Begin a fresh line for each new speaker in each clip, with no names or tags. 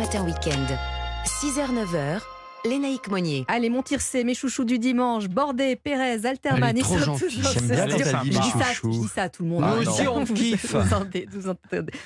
After Weekend. 6h-9h, Lénaïque Monnier.
Allez, mon c'est mes chouchous du dimanche, Bordet, Pérez, Alterman,
Elle est trop
sont
gentille,
tous
j'aime
dans
bien
ce-
quand elle dit
Je dis
mes
ça,
chouchous.
je dis ça à tout le monde.
Nous
Ah,
aussi,
non.
on
Vous-
kiffe.
Vous en, dé- vous, en-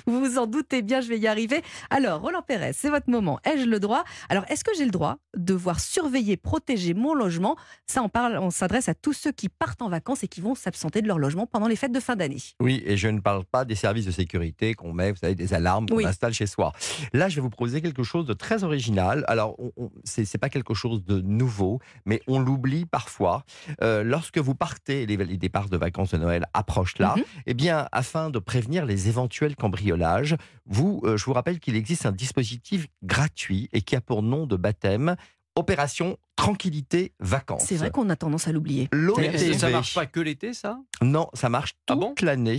vous vous en doutez bien, je vais y arriver. Alors, Roland Pérez, c'est votre moment. Ai-je le droit Alors, est-ce que j'ai le droit de voir surveiller, protéger mon logement Ça, on parle, on s'adresse à tous ceux qui partent en vacances et qui vont s'absenter de leur logement pendant les fêtes de fin d'année.
Oui, et je ne parle pas des services de sécurité qu'on met, vous savez, des alarmes qu'on
Oui.
installe chez soi. Là, je vais vous proposer quelque chose de très original. Alors, on- on- c'est c'est pas quelque chose de nouveau, mais on l'oublie parfois. Euh, lorsque vous partez, les, les départs de vacances de Noël approchent là,
Mhm.
eh bien, afin de prévenir les éventuels cambriolages, vous, euh, je vous rappelle qu'il existe un dispositif gratuit et qui a pour nom de baptême Opération Tranquillité Vacances.
C'est vrai qu'on a tendance à l'oublier.
Mais
L'OTV.
ça marche pas que l'été, ça
Non, ça marche toute
Ah bon Hmm.
l'année.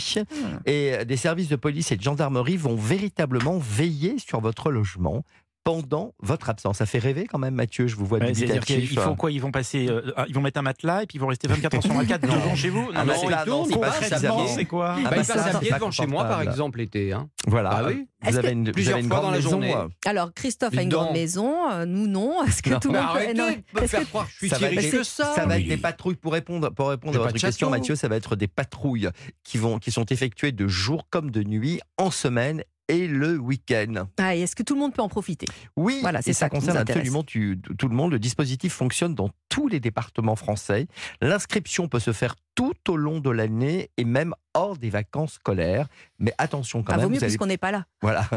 Et euh, des services de police et de gendarmerie vont véritablement veiller sur votre logement pendant votre absence. Ça fait rêver quand même, Mathieu, je vous vois
Ouais, C'est-à-dire
dubitatif.
qu'ils font quoi Ils vont passer, euh, un- ils vont mettre un matelas et puis ils vont rester 24 heures sur 24
Non.
devant chez vous.
Ah
mais
non,
c'est
là, non, c'est
con,
pas
concrètement,
très amusant.
C'est quoi
Ah
bah,
bah
Il
ça,
passe à
c'est
pied
pas
devant chez moi, par
confortable.
exemple, l'été. Hein.
Voilà.
Bah oui.
Vous
Est-ce
avez une, vous
plusieurs
avez une
fois
grande
dans la
maison,
journée.
euh,
Alors, Christophe a une
Dis
grande
donc.
maison, euh, nous non. Est-ce que
Non.
tout le
Bah,
monde peut-
arrêtez
Non,
de me
est-ce que- Bah,
faire croire que je suis
Ça
si
va être-
riche que
Ça,
ça.
va être
oui.
des patrouilles pour répondre, pour répondre
J'ai
à
pas
votre
de
question,
château.
Mathieu. Ça va être des patrouilles qui, vont, qui sont effectuées de jour comme de nuit, en semaine et le week-end.
Ah, et est-ce que tout le monde peut en profiter
Oui,
Voilà, c'est
et ça,
ça qui nous
concerne
intéresse.
absolument tu- tout tout le monde. Le dispositif fonctionne dans tous les départements français. L'inscription peut se faire tout au long de l'année et même hors des vacances scolaires. Mais attention quand
Ah,
même,
Vaut mieux
vous allez-
puisqu'on n'est pas là.
voilà.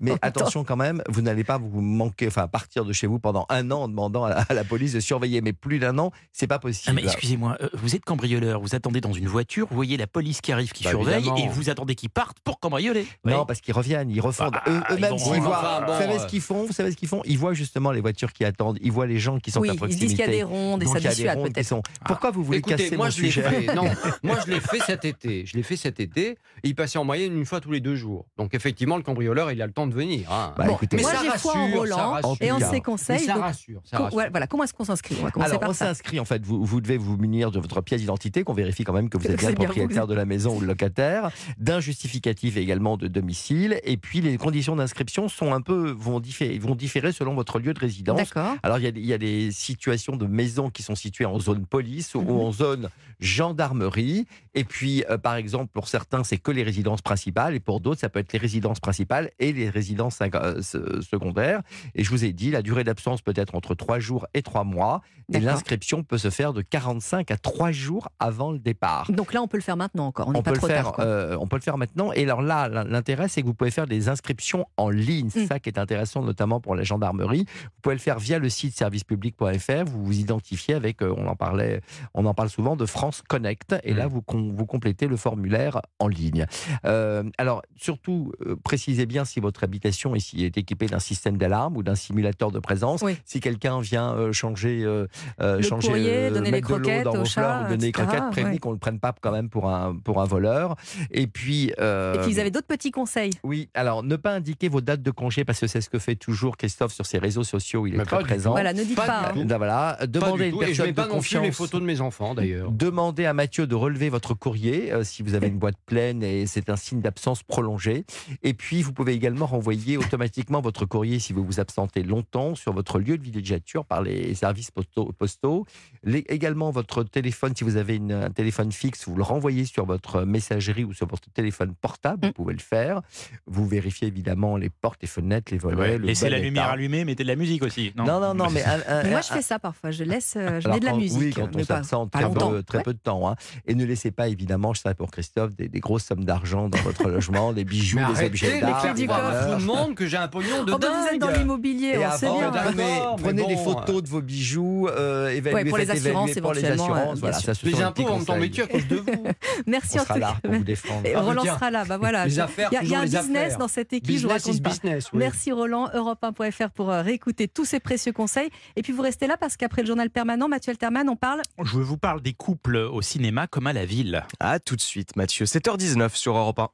Mais
En même temps.
attention quand même, vous n'allez pas vous manquer, enfin partir de chez vous pendant un an en demandant à la, à la police de surveiller. Mais plus d'un an, c'est pas
Ah,
possible.
mais excusez-moi, euh, vous êtes cambrioleur, vous attendez dans une voiture, vous voyez la police qui arrive, qui
Bah,
surveille,
évidemment.
et vous attendez qu'ils partent pour cambrioler.
Non,
Oui.
parce qu'ils reviennent, ils refont
Bah,
eux,
ils
eux-mêmes.
vont-
s'ils
oui,
voient,
enfin, bon,
vous savez
euh.
ce qu'ils font Vous savez ce qu'ils font Ils voient justement les voitures qui attendent. Ils voient les gens qui sont
oui,
à
ils
proximité.
disent qu'il y a des rondes et
Donc,
ça
il y a des
dissuade
rondes qui
peut-être. Ah.
sont- Pourquoi vous voulez
Écoutez,
casser
moi
mon
je l'ai
sujet
fait. Non, moi je l'ai fait cet été. Je l'ai fait cet été. Et il passait en moyenne une fois tous les deux jours. Donc effectivement, le cambrioleur, il a le temps de venir. hein.
Bah,
Bon,
écoutez,
moi
ça
j'ai foi en
rassure, ça
Roland
rassure.
et en
Mais ça
ses conseils.
Mais ça
donc,
rassure. Ça
co-
rassure.
ouais, voilà, comment est-ce qu'on s'inscrit On va commencer
Alors,
par
on
ça.
s'inscrit en fait. Vous, vous devez vous munir de votre pièce d'identité, qu'on vérifie quand même que vous êtes
Que
bien
c'est
le
bien vous.
propriétaire de la maison ou le locataire, d'un justificatif et également de domicile. Et puis, les conditions d'inscription sont un peu vont diffé- vont différer selon votre lieu de résidence.
D'accord.
Alors, il y, a, des- il y a des situations de maisons qui sont situées en zone police ou,
Mhm.
en zone gendarmerie. Et puis, euh, par exemple, pour certains, c'est que les résidences principales. Et pour d'autres, ça peut être les résidences principales et les résidences cinq- euh, se- secondaires. Et je vous ai dit, la durée d'absence peut être entre 3 jours et 3 mois. Et
d'accord.
l'inscription peut se faire de 45 à 3 jours avant le départ.
Donc là, on peut le faire maintenant encore. On
On
n'est pas
peut, le
trop
faire,
tard. quoi.
euh, on peut le faire maintenant. Et alors là, l'in- l'intérêt, c'est que vous pouvez faire des inscriptions en ligne. C'est
Mm.
ça qui est intéressant, notamment pour la gendarmerie. Vous pouvez le faire via le site servicepublic.fr. Vous vous identifiez avec, euh, on en parlait, on en parle souvent, de France Connect. Et
Mm.
là, vous, com- vous complétez le formulaire en ligne. Euh, alors, surtout, euh, précisez bien si votre habitation est, si- est équipée d'un système d'alarme ou d'un simulateur de présence.
Oui.
Si quelqu'un vient euh, changer, euh, euh,
Le
changer,
courrier, donner
mettre
les
de l'eau
croquettes
dans
au
vos
chat,
fleurs ou donner les
etc.,
croquettes, prévenez
ouais.
qu'on ne le prenne pas quand même pour un, pour un voleur. Et puis. euh,
Et puis ils avaient d'autres petits conseils.
Oui, alors ne pas indiquer vos dates de congé parce que c'est ce que fait toujours Christophe sur ses réseaux sociaux. Il est
Mais
très
pas du
présent.
tout.
Voilà, ne dites
Pas
pas.
du
hein.
tout.
Ben voilà,
Pas
demandez à
du
une
tout. Et je
personne
mets pas
de
non plus
confiance.
les photos de mes enfants d'ailleurs.
Demandez à Mathieu de relever votre courrier euh, si vous avez une boîte pleine et c'est un signe d'absence prolongée. Et puis, vous pouvez également renvoyer automatiquement votre courrier si vous vous absentez longtemps sur votre lieu de villégiature par les services postaux. postaux. Les- également, votre téléphone, si vous avez une- un téléphone fixe, vous le renvoyez sur votre messagerie ou sur votre téléphone portable. Vous
Mm.
pouvez le faire. Vous vérifiez évidemment les portes, les fenêtres, les volets. le
Laissez
bon
la
état.
lumière allumée, mettez de la musique aussi. Non,
Non, non, non, mais un- un-
Mais Moi,
un-
je fais ça parfois. Je laisse, euh, je
alors
mets de la
quand-
musique.
Oui, quand on
mais pas-
s'absente
pas
très, peu,
longtemps.
très
Ouais.
peu de temps. hein. Et ne laissez pas, évidemment, je sais pour Christophe, des, des grosses sommes d'argent dans votre logement, des bijoux,
Mais
des objets
arrêtez
d'art.
clés
d'écrire
du
des
voir à
valeurs.
tout le monde que j'ai un pognon de
Oh, ben, vous êtes dans
dingue.
l'immobilier,
Et
on sait
avant,
bien.
d'accord,
mais
mais
prenez des
bon.
photos de vos bijoux, euh, évaluez,
Ouais, pour les
faites
assurances
évaluer pour les
éventuellement,
assurances,
euh, bien
voilà,
sûr.
ça, ce sont
Les
des
impôts
petits
vont me
conseils.
tomber dessus à cause de vous.
Merci
On
en tout
sera là
cas.
pour vous défendre.
Et
Ah,
Roland
tiens.
sera là. Bah voilà.
Les affaires,
Il y a, il y a
toujours
un
les
business
affaires.
dans cette équipe, je vous
Business is
raconte pas.
business. oui.
Merci Roland, europe1.fr pour euh, réécouter tous ces précieux conseils. Et puis vous restez là parce qu'après le journal permanent, Mathieu Alterman, on parle
Je vous parle des couples au cinéma comme à la ville.
À tout de suite, Mathieu. 7h19 sur Europe 1.